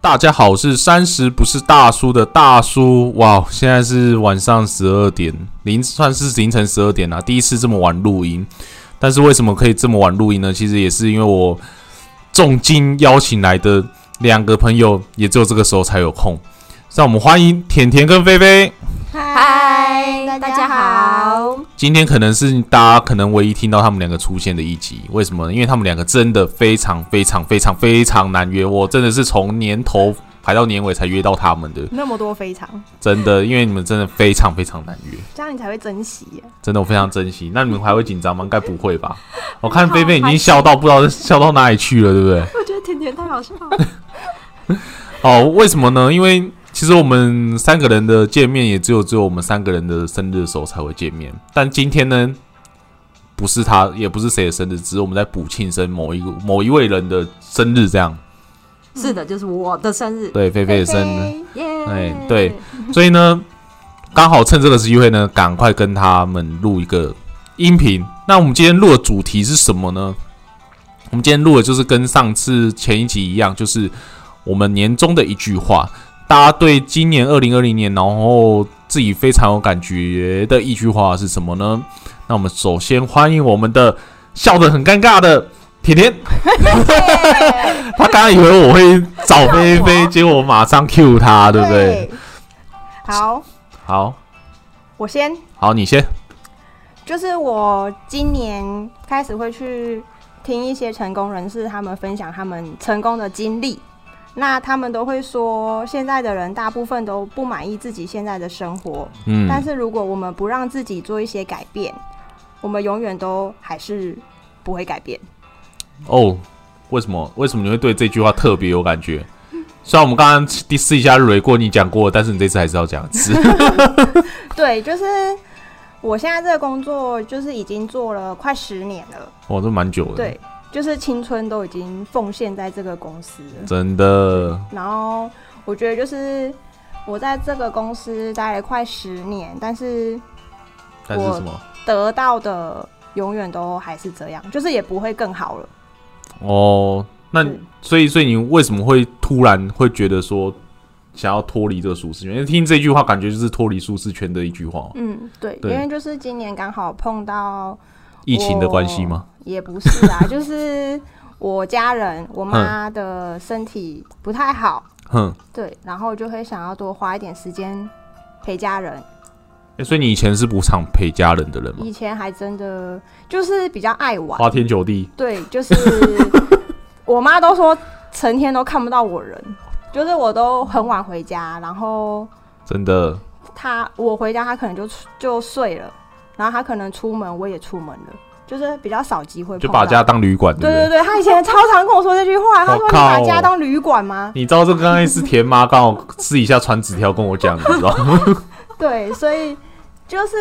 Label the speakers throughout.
Speaker 1: 大家好，我是三十不是大叔的大叔。哇，现在是晚上十二点凌，算是凌晨十二点啦、啊第一次这么晚录音，但是为什么可以这么晚录音呢？其实也是因为我重金邀请来的两个朋友，也只有这个时候才有空。让我们欢迎甜甜跟菲菲。
Speaker 2: 嗨，大家好。
Speaker 1: 今天可能是大家可能唯一听到他们两个出现的一集，为什么呢？因为他们两个真的非常非常非常非常难约，我真的是从年头排到年尾才约到他们的，
Speaker 2: 那么多非常，
Speaker 1: 真的，因为你们真的非常非常难约，
Speaker 2: 这样你才会珍惜耶。
Speaker 1: 真的我非常珍惜。那你们还会紧张吗？应该不会吧？我看菲菲已经笑到不知道笑到哪里去了，对不对？
Speaker 2: 我觉得甜甜太好笑了。
Speaker 1: 哦，为什么呢？因为其实我们三个人的见面也只有只有我们三个人的生日的时候才会见面，但今天呢，不是他，也不是谁的生日，只是我们在补庆生某一个某一位人的生日这样。
Speaker 3: 是的，就是我的生日，
Speaker 1: 对，菲菲的生日，
Speaker 3: 耶、
Speaker 1: 哎对，所以呢，刚好趁这个机会呢，赶快跟他们录一个音频。那我们今天录的主题是什么呢？我们今天录的就是跟上次前一集一样，就是我们年终的一句话，大家对今年二零二零年，然后自己非常有感觉的一句话是什么呢？那我们首先欢迎我们的笑得很尴尬的甜甜， 他刚刚以为我会找菲菲，结果我马上 Q 他，对不对？？
Speaker 2: 好，
Speaker 1: 好，
Speaker 2: 我先，
Speaker 1: 好，你先。
Speaker 2: 就是我今年开始会去听一些成功人士他们分享他们成功的经历。那他们都会说，现在的人大部分都不满意自己现在的生活，
Speaker 1: 嗯，
Speaker 2: 但是如果我们不让自己做一些改变，我们永远都还是不会改变。
Speaker 1: 哦，为什么？为什么你会对这句话特别有感觉？虽然我们刚刚第四一下蕊过你讲过，但是你这次还是要讲一次。
Speaker 2: 对，就是我现在这个工作，就是已经做了快十年了，
Speaker 1: 哇，这蛮久的。，
Speaker 2: 对，就是青春都已经奉献在这个公司了。
Speaker 1: 真的，
Speaker 2: 然后我觉得就是我在这个公司待了快十年，但是
Speaker 1: 但是
Speaker 2: 我
Speaker 1: 什么？
Speaker 2: 得到的永远都还是这样，就是也不会更好了。
Speaker 1: 哦，那
Speaker 2: 嗯
Speaker 1: 所以所以你为什么会突然会觉得说想要脱离这个舒适圈？因为听这句话感觉就是脱离舒适圈的一句话哦。
Speaker 2: 嗯，对，
Speaker 1: 对
Speaker 2: 因为就是今年刚好碰到，
Speaker 1: 疫情的关系吗？
Speaker 2: 也不是啊，就是我家人，我妈的身体不太好。
Speaker 1: 哼、
Speaker 2: 对，然后就会想要多花一点时间陪家人。
Speaker 1: 欸所以你以前是不常陪家人的人吗？
Speaker 2: 以前还真的就是比较爱玩，
Speaker 1: 花天酒地，
Speaker 2: 对，就是我妈都说成天都看不到我人，就是我都很晚回家，然后
Speaker 1: 真的
Speaker 2: 她我回家她可能就出就睡了，然后她可能出门我也出门了，就是比较少机会
Speaker 1: 就
Speaker 2: 碰
Speaker 1: 把
Speaker 2: 到
Speaker 1: 家。当旅馆，对
Speaker 2: 对
Speaker 1: 不
Speaker 2: 对对，她以前超常跟我说这句话，她说
Speaker 1: 我
Speaker 2: 你把
Speaker 1: 靠哦
Speaker 2: 家当旅馆吗？
Speaker 1: 你知道这刚才是田妈刚好私底下传纸条跟我讲，你知道吗？
Speaker 2: 对，所以就是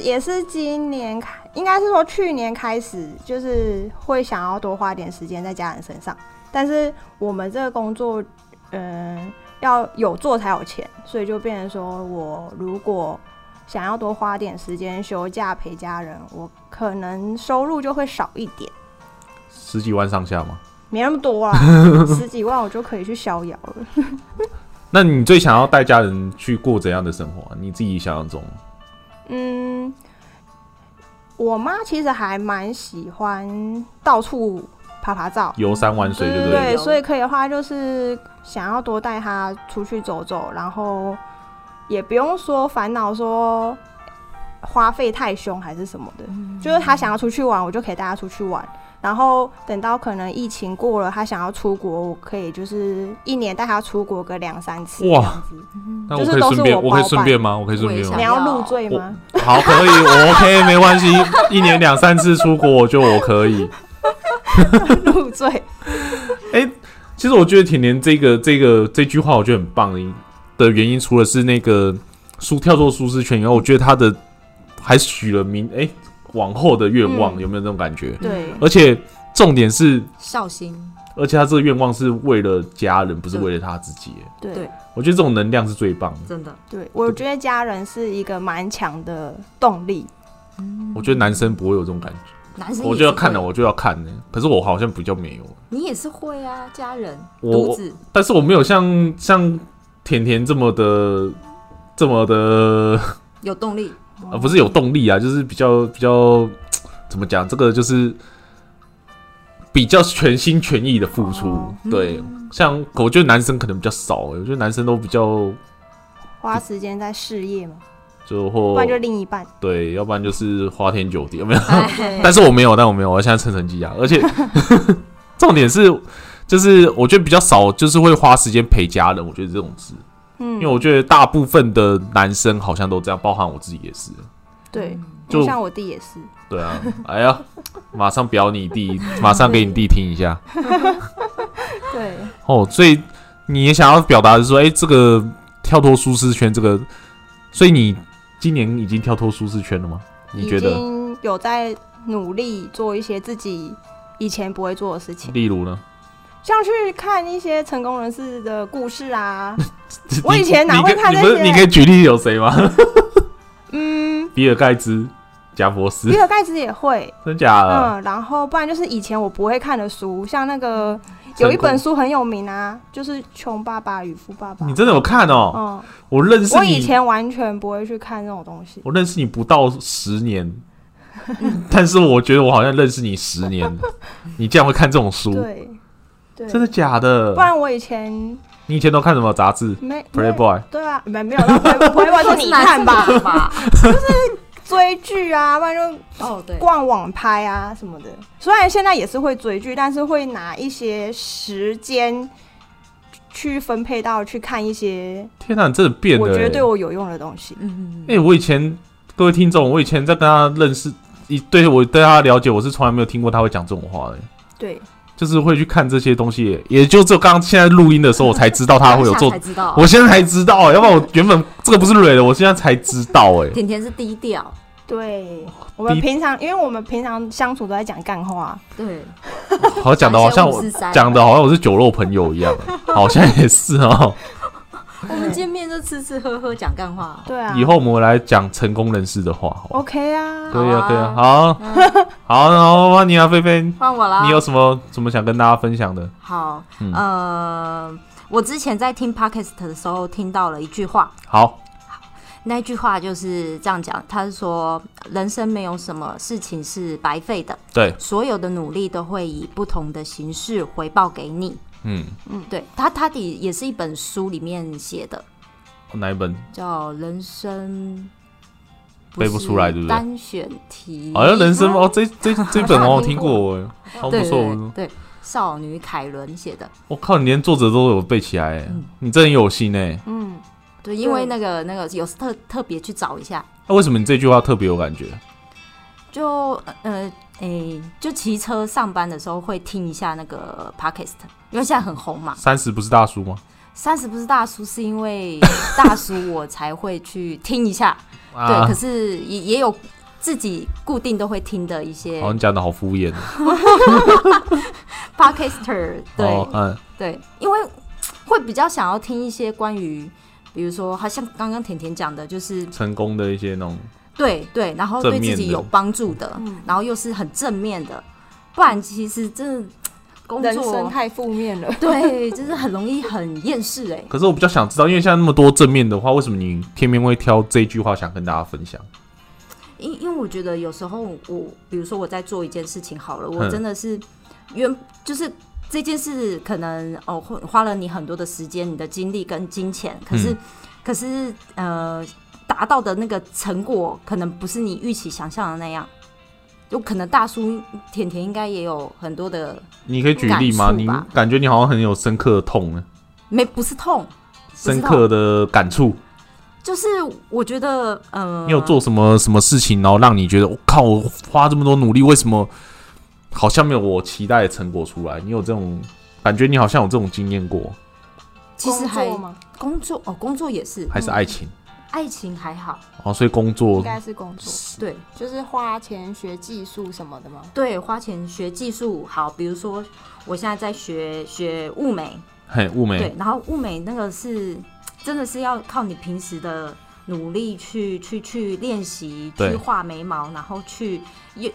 Speaker 2: 也是今年开，应该是说去年开始，就是会想要多花点时间在家人身上。但是我们这个工作，嗯、要有做才有钱，所以就变成说我如果想要多花点时间休假陪家人，我可能收入就会少一点，
Speaker 1: 十几万上下吗？
Speaker 2: 没那么多啦，十几万我就可以去逍遥了。
Speaker 1: 那你最想要带家人去过怎样的生活啊、你自己想象中
Speaker 2: 嗯，我妈其实还蛮喜欢到处拍拍照，
Speaker 1: 游山玩水，对不
Speaker 2: 对
Speaker 1: 对？
Speaker 3: 对
Speaker 2: 所以可以的话就是想要多带她出去走走，然后也不用说烦恼说花费太凶还是什么的，就是她想要出去玩，我就可以带她出去玩。然后等到可能疫情过了，她想要出国，我可以就是一年带她出国个两三次。
Speaker 1: 哇
Speaker 2: 这样子，
Speaker 1: 那
Speaker 2: 就
Speaker 1: 我
Speaker 2: 是
Speaker 1: 可以
Speaker 2: 都
Speaker 1: 顺
Speaker 2: 是
Speaker 1: 便，
Speaker 2: 我
Speaker 1: 我可以
Speaker 2: 包
Speaker 1: 顺
Speaker 2: 办
Speaker 1: 便吗？我可以顺
Speaker 3: 我也
Speaker 1: 便
Speaker 3: 想
Speaker 2: 你
Speaker 1: 吗？
Speaker 2: 要入赘
Speaker 1: 我
Speaker 2: 吗？
Speaker 1: 好，可以，我 OK，没关系。一年两三次出国，我觉得我可以。
Speaker 2: 入赘。
Speaker 1: 其实我觉得甜甜这个这个这句话，我觉得很棒的一的原因，除了是那个舒跳脱舒适圈以外，我觉得他的还许了明哎、往后的愿望，
Speaker 2: 嗯
Speaker 1: 有没有这种感觉？
Speaker 2: 对，
Speaker 1: 而且重点是，
Speaker 3: 绍兴，
Speaker 1: 而且他这个愿望是为了家人，不是为了他自己耶。
Speaker 2: 对
Speaker 3: 对
Speaker 1: 我觉得这种能量是最棒的。
Speaker 3: 真的，
Speaker 2: 对，我觉得家人是一个蛮强的动力。
Speaker 1: 我觉得男生不会有这种感觉，
Speaker 3: 男生
Speaker 1: 我
Speaker 3: 也
Speaker 1: 就要
Speaker 3: 是
Speaker 1: 看了，
Speaker 3: 会
Speaker 1: 我就要看呢、可是我好像比较没有，
Speaker 3: 你也是会啊，家人
Speaker 1: 我
Speaker 3: 独子
Speaker 1: 但是我没有像像甜甜这么的这么的，
Speaker 3: 有动力，
Speaker 1: 呃，不是
Speaker 2: 嗯
Speaker 1: 有动力啊，就是比较比较怎么讲，这个就是比较全心全意的付出。
Speaker 2: 哦
Speaker 1: 对，像我觉得男生可能比较少、欸，我觉得男生都比较
Speaker 2: 花时间在事业嘛，
Speaker 1: 就
Speaker 2: 不
Speaker 1: 或
Speaker 2: 然就另一半。
Speaker 1: 对，要不然就是花天酒地，有没有？
Speaker 2: 对
Speaker 1: 但是我没有，但我没有，我现在趁成绩啊，而且 重点是，就是我觉得比较少，就是会花时间陪家人。我觉得这种事，
Speaker 2: 嗯
Speaker 1: 因为我觉得大部分的男生好像都这样，包含我自己也是。
Speaker 2: 对，
Speaker 3: 嗯
Speaker 1: 就
Speaker 2: 像我弟也是，
Speaker 1: 对 啊，哎呀，马上表你弟，马上给你弟听一下
Speaker 2: 对，
Speaker 1: 哦。所以你也想要表达的是说，哎、这个跳脱舒适圈，这个，所以你今年已经跳脱舒适圈了吗？你觉
Speaker 2: 已
Speaker 1: 得？
Speaker 2: 经有在努力做一些自己以前不会做的事情，
Speaker 1: 例如呢？
Speaker 2: 像去看一些成功人士的故事 啊。我以前哪
Speaker 1: 你
Speaker 2: 会
Speaker 1: 可
Speaker 2: 看
Speaker 1: 你
Speaker 2: 这
Speaker 1: 不是
Speaker 2: 些
Speaker 1: 你可以举例有谁吗？
Speaker 2: 嗯，
Speaker 1: 比尔盖茨、贾博士
Speaker 2: 比，尔盖茨也会，
Speaker 1: 真假的？
Speaker 2: 嗯，然后不然就是以前我不会看的书，像那个有一本书很有名啊，就是《穷爸爸与富爸爸
Speaker 1: 你》。真的有看哦？
Speaker 2: 嗯，
Speaker 1: 我认识
Speaker 2: 我以
Speaker 1: 你，
Speaker 2: 前完全不会去看这种东西。
Speaker 1: 我认识你不到十年， 但是我觉得我好像认识你十年了。你竟然会看这种书，
Speaker 2: 对，对，
Speaker 1: 真的假的
Speaker 2: 不？然我以前
Speaker 1: 你以前都看什么杂志
Speaker 2: 没没有
Speaker 1: ？Playboy
Speaker 2: 对啊，没没有到 Playboy 是你看吧，啊
Speaker 3: 吧？
Speaker 2: 追剧啊，不然
Speaker 3: 哦，对
Speaker 2: 就，逛网拍啊什么的。虽然现在也是会追剧，但是会拿一些时间去分配到去看一些
Speaker 1: 天哪，你真的变了、
Speaker 2: 我觉得对
Speaker 1: 欸！
Speaker 2: 我有用的东西。
Speaker 3: 嗯嗯
Speaker 1: 哎、我以前各位听众，我以前在跟他认识，一对我对他了解，我是从来没有听过他会讲这种话的、
Speaker 2: 对，
Speaker 1: 就是会去看这些东西、也就只有刚刚现在录音的时候，我才知道他会有
Speaker 3: 当
Speaker 1: 做
Speaker 3: 下才知道，
Speaker 1: 我现在才知道、欸，要不然我原本这个不是蕊的，我现在才知道、 欸，
Speaker 3: 甜甜是低调，
Speaker 2: 对，我们
Speaker 1: 第一
Speaker 2: 平常，因为我们平常相处都在讲干 话，
Speaker 3: 对，
Speaker 1: 哎，好讲的好像我讲的好像我是酒肉朋友一样、啊 好像也是哦、
Speaker 3: 我们见面就吃吃喝喝讲干话，
Speaker 2: 对啊，
Speaker 1: 以后我们来讲成功人士的话，好吧
Speaker 2: OK 啊，
Speaker 1: 可以
Speaker 3: 好
Speaker 1: 啊，
Speaker 3: 哦啊嗯
Speaker 1: 可以啊，好，好，然后换你啊，菲菲，你
Speaker 3: 换我啦。
Speaker 1: 有什么什么想跟大家分享的？
Speaker 3: 好，
Speaker 1: 嗯
Speaker 3: 呃，我之前在听 podcast 的时候听到了一句话，
Speaker 1: 好，
Speaker 3: 那一句话就是这样讲，他是说人生没有什么事情是白费的，
Speaker 1: 对，
Speaker 3: 所有的努力都会以不同的形式回报给你。
Speaker 1: 嗯，
Speaker 3: 对他，他底也是一本书里面写的，
Speaker 1: 哪一本？
Speaker 3: 叫《人生》，
Speaker 1: 背不出来对不对
Speaker 3: 单选题，
Speaker 1: 好像人生哦，这这这本哦，我听过，哎好
Speaker 3: 对
Speaker 1: 不
Speaker 3: 嗯对
Speaker 1: 错，
Speaker 3: 对对，少女凯伦写的，
Speaker 1: 我靠，你连作者都有背起来，哎
Speaker 3: 嗯
Speaker 1: 你真的有心哎，
Speaker 2: 嗯，
Speaker 3: 对，因为
Speaker 2: 对
Speaker 3: 那个那个有特特别去找一下，
Speaker 1: 那为什么你这句话特别有感觉？
Speaker 3: 就呃诶、就骑车上班的时候会听一下那个 podcast，因为现在很红嘛。
Speaker 1: 三十不是大叔吗？
Speaker 3: 三十不是大叔，是因为大叔我才会去听一下，
Speaker 1: 啊
Speaker 3: 对，可是也也有自己固定都会听的一些
Speaker 1: 好，你讲的好敷衍。
Speaker 3: podcaster，对、
Speaker 1: 哦，嗯，
Speaker 3: 对，因为会比较想要听一些关于。比如说，好像刚刚甜甜讲的，就是
Speaker 1: 成功的一些那种，
Speaker 3: 对对，然后对
Speaker 1: 正面
Speaker 3: 自
Speaker 1: 的
Speaker 3: 己有帮助的，
Speaker 2: 嗯
Speaker 3: 然后又是很正面的，不然其实真的工
Speaker 2: 人生
Speaker 3: 作
Speaker 2: 太负面 了。
Speaker 3: 对，就是很容易很厌世哎、
Speaker 1: 可是我比较想知道，因为现在那么多正面的话，为什么你偏偏会挑这一句话想跟大家分享？
Speaker 3: 因因为我觉得有时候我，比如说我在做一件事情好了，我
Speaker 1: 嗯
Speaker 3: 真的是原就是这件事可能哦花花了你很多的时间、你的精力跟金钱，可是、
Speaker 1: 嗯
Speaker 3: 可是呃达到的那个成果可能不是你预期想象的那样。就可能大叔甜甜应该也有很多的
Speaker 1: 你可以举例吗？
Speaker 3: 感触
Speaker 1: 你
Speaker 3: 吧
Speaker 1: 感觉你好像很有深刻的痛呢，
Speaker 3: 没不是痛，知道
Speaker 1: 深刻的感触。
Speaker 3: 就是我觉得呃，
Speaker 1: 你有做什么什么事情，然后让你觉得我、哦靠，我花这么多努力，为什么好像没有我期待的成果出来？你有这种感觉？你好像有这种经验过，
Speaker 3: 其实还
Speaker 2: 工作吗？
Speaker 3: 工作哦，工作也是
Speaker 1: 还是爱情？
Speaker 3: 爱情还好，
Speaker 1: 哦，所以工作
Speaker 2: 应该是工作，
Speaker 3: 对
Speaker 2: 就是花钱学技术什么的吗？
Speaker 3: 对，花钱学技术好，比如说我现在在学学物美，
Speaker 1: 嘿，物美
Speaker 3: 对，然后物美那个是真的是要靠你平时的努力去去去练习，
Speaker 1: 对
Speaker 3: 去画眉毛，然后去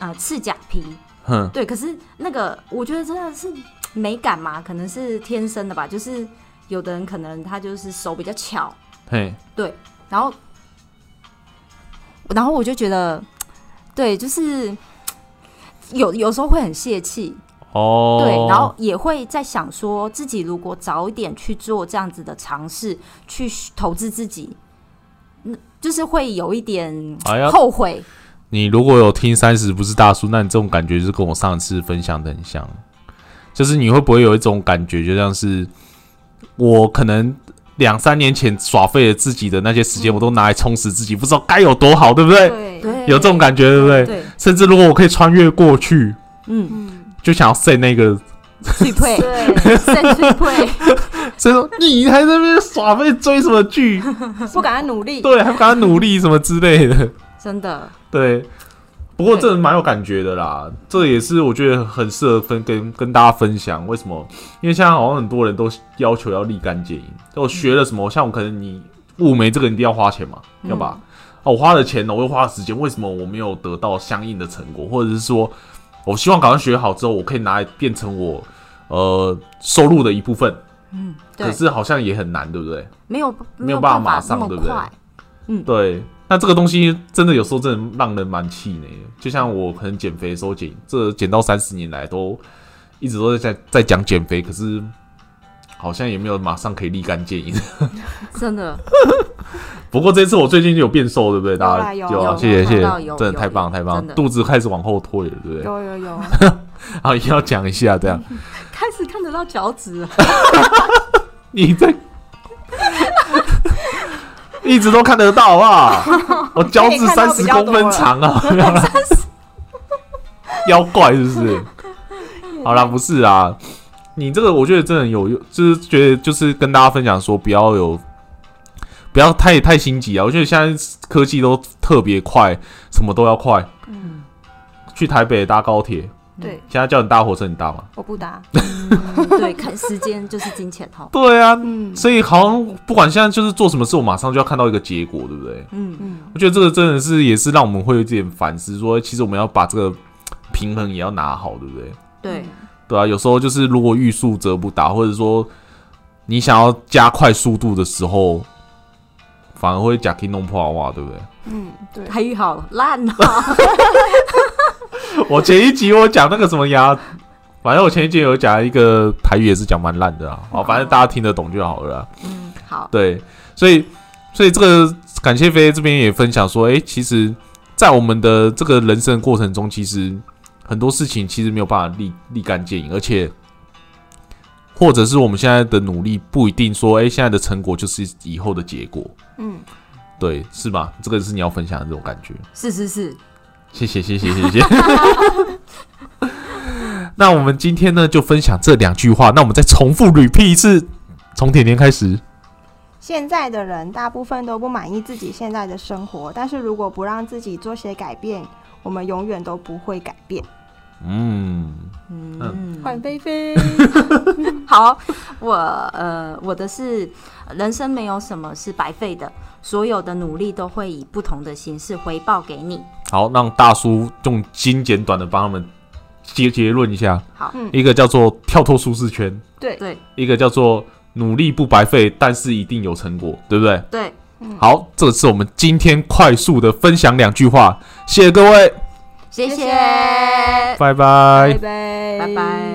Speaker 3: 呃刺甲皮，
Speaker 1: 哼，
Speaker 3: 对，可是那个我觉得真的是美感嘛，可能是天生的吧，就是有的人可能他就是手比较巧，
Speaker 1: 嘿，
Speaker 3: 然后，然后我就觉得，对，就是有有时候会很泄气，
Speaker 1: 哦，
Speaker 3: 对，然后也会在想说自己如果早一点去做这样子的尝试，去投资自己，嗯，就是会有一点
Speaker 1: 哎呀，
Speaker 3: 后悔。
Speaker 1: 你如果有听三十不是大叔，那你这种感觉就是跟我上次分享的很像，就是你会不会有一种感觉，就像是我可能两三年前耍废了自己的那些时间，我都拿来充实自己，不知道该有多好，对不对？
Speaker 2: 对
Speaker 3: 对，
Speaker 1: 有这种感觉，对不对？
Speaker 3: 对，
Speaker 1: 甚至如果我可以穿越过去，
Speaker 3: 嗯，
Speaker 2: 嗯，
Speaker 1: 就想要 say 那个，
Speaker 3: 脆配，
Speaker 2: 对，
Speaker 3: 甚脆配，
Speaker 1: 所以说你还在那边耍废追什么剧？
Speaker 2: 不敢努力，
Speaker 1: 对，还不赶快努力什么之类的。
Speaker 3: 真的，
Speaker 1: 对，不过
Speaker 3: 对
Speaker 1: 这蛮有感觉的啦，这也是我觉得很适合分跟跟大家分享。为什么？因为现在好像很多人都要求要立竿见影，我学了什么，像我可能你雾眉这个你一定要花钱嘛，
Speaker 3: 嗯
Speaker 1: 要吧？啊，我花了钱了，我又花了时间，为什么我没有得到相应的成果？或者是说，我希望赶快学好之后，我可以拿来变成我呃收入的一部分，
Speaker 3: 嗯，
Speaker 1: 可
Speaker 3: 对，
Speaker 1: 是好像也很难，对不对？
Speaker 3: 没有
Speaker 1: 没有
Speaker 3: 有
Speaker 1: 办法
Speaker 3: 办
Speaker 1: 马
Speaker 3: 那
Speaker 1: 上
Speaker 3: 么
Speaker 1: 对不对
Speaker 3: 快，
Speaker 1: 对，那这个东西真的有时候真的让人蛮气馁的。就像我可能减肥的时候减，这减到三十年来都一直都在在在讲减肥，可是好像也没有马上可以立竿见影。
Speaker 3: 真的，
Speaker 1: 不过这次我最近有变瘦，对不对？大家
Speaker 2: 有啦有
Speaker 1: 啊
Speaker 2: 有
Speaker 1: 谢谢
Speaker 3: 有
Speaker 1: 谢谢
Speaker 3: 看到有，
Speaker 1: 真的
Speaker 3: 有
Speaker 1: 太棒
Speaker 3: 有
Speaker 1: 太棒
Speaker 3: 真，的
Speaker 1: 肚子开始往后退了，对不对？
Speaker 2: 有有 有，
Speaker 1: 好，也要讲一下这样。
Speaker 3: 开始看得到脚趾了，
Speaker 1: 你在一直都看得到，好不好？我脚趾三十公分长啊，妖怪是不是？好啦，不是啊，你这个我觉得真的有用，就是觉得就是跟大家分享说，不要有。不要太太心急啊！我觉得现在科技都特别快，什么都要快。
Speaker 2: 嗯，
Speaker 1: 去台北搭高铁，
Speaker 2: 对，
Speaker 1: 现在叫你搭火车，你搭吗？
Speaker 2: 我不打，
Speaker 3: 嗯对，看时间就是金钱哦，
Speaker 1: 对啊，
Speaker 2: 嗯
Speaker 1: 所以好像不管现在就是做什么事，我马上就要看到一个结果，对不对？
Speaker 3: 嗯，
Speaker 2: 嗯，
Speaker 1: 我觉得这个真的是也是让我们会有一点反思说其实我们要把这个平衡也要拿好，对不对？
Speaker 3: 对，
Speaker 1: 对啊，有时候就是如果欲速则不达，或者说你想要加快速度的时候，反而会假 k 弄破哇，对不 对？
Speaker 2: 嗯，对，
Speaker 3: 台语好烂啊，
Speaker 1: 我前一集我讲那个什么牙，反正我前一集有讲一个台语也是讲蛮烂的啊，好，反正大家听得懂就好了啦。
Speaker 3: 嗯，好，
Speaker 1: 对，所以所以这个感谢飞这边也分享说，诶，其实，在我们的这个人生过程中，其实很多事情其实没有办法立立竿见影，而且或者是我们现在的努力不一定说，诶，现在的成果就是以后的结果，
Speaker 2: 嗯，
Speaker 1: 对，是吧？这个是你要分享的这种感觉。
Speaker 3: 是是是，
Speaker 1: 谢谢，谢谢，谢谢。 那我们今天呢，就分享这两句话。那我们再重复 repeat 一次，从甜甜开始。
Speaker 2: 现在的人大部分都不满意自己现在的生活，但是如果不让自己做些改变，我们永远都不会改变。
Speaker 1: 嗯，
Speaker 3: 嗯，
Speaker 2: 换菲 菲，
Speaker 3: 好，我呃，我的是人生没有什么是白费的，所有的努力都会以不同的形式回报给你。
Speaker 1: 好，让大叔用精简短的帮他们结结论一下，
Speaker 3: 好，
Speaker 2: 嗯，
Speaker 1: 一个叫做跳脱舒适圈，
Speaker 2: 对，
Speaker 3: 对
Speaker 1: 一个叫做努力不白费，但是一定有成果，对不对？
Speaker 3: 对，
Speaker 2: 嗯，
Speaker 1: 好，这是我们今天快速的分享两句话，谢谢各位，
Speaker 3: 谢
Speaker 2: 谢
Speaker 3: 谢，
Speaker 2: 谢
Speaker 1: 拜
Speaker 2: 拜
Speaker 1: 拜。
Speaker 2: 拜，
Speaker 3: 拜拜。